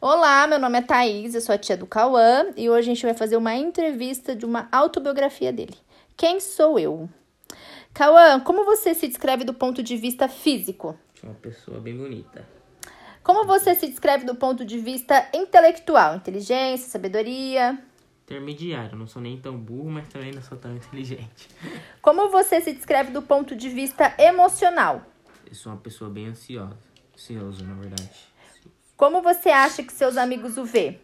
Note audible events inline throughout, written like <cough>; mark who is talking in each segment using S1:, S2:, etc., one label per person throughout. S1: Olá, meu nome é Thaís, eu sou a tia do Cauã e hoje a gente vai fazer uma entrevista de uma autobiografia dele. Quem sou eu? Cauã, como você se descreve do ponto de vista físico?
S2: Uma pessoa bem bonita.
S1: Como você se descreve do ponto de vista intelectual? Inteligência, sabedoria?
S2: Intermediário, não sou nem tão burro, mas também não sou tão inteligente.
S1: Como você se descreve do ponto de vista emocional?
S2: Eu sou uma pessoa bem ansiosa. Ansioso, na verdade.
S1: Como você acha que seus amigos o vê?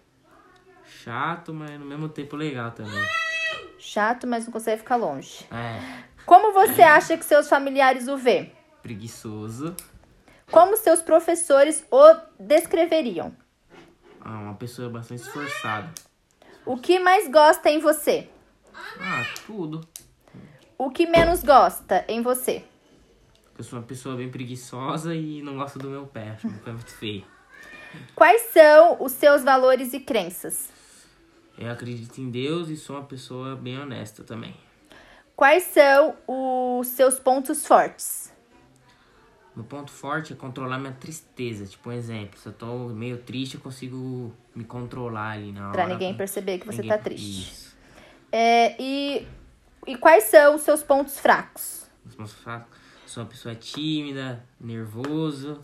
S2: Chato, mas no mesmo tempo legal também.
S1: Chato, mas não consegue ficar longe.
S2: É,
S1: Como você acha que seus familiares o vê?
S2: preguiçoso.
S1: Como seus professores o descreveriam?
S2: Ah, uma pessoa bastante esforçada.
S1: O que mais gosta em você?
S2: Ah, tudo.
S1: O que menos gosta em você?
S2: Eu sou uma pessoa bem preguiçosa e não gosto do meu pé, acho meu pé muito feio.
S1: Quais são os seus valores e crenças?
S2: Eu acredito em Deus e sou uma pessoa bem honesta também.
S1: Quais são os seus pontos fortes?
S2: Meu ponto forte é controlar minha tristeza. Tipo, um exemplo, se eu tô meio triste, eu consigo me controlar ali na hora.
S1: Pra ninguém perceber que você tá
S2: Ninguém-
S1: triste.
S2: Isso.
S1: É, e, e quais são os seus pontos fracos?
S2: Os meus fracos. Sou uma pessoa tímida, nervoso.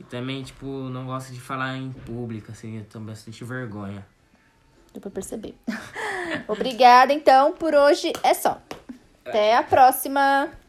S2: E também, tipo, não gosto de falar em público, assim, eu tenho bastante vergonha.
S1: Deu pra perceber. <laughs> Obrigada, então, por hoje é só. Até a próxima!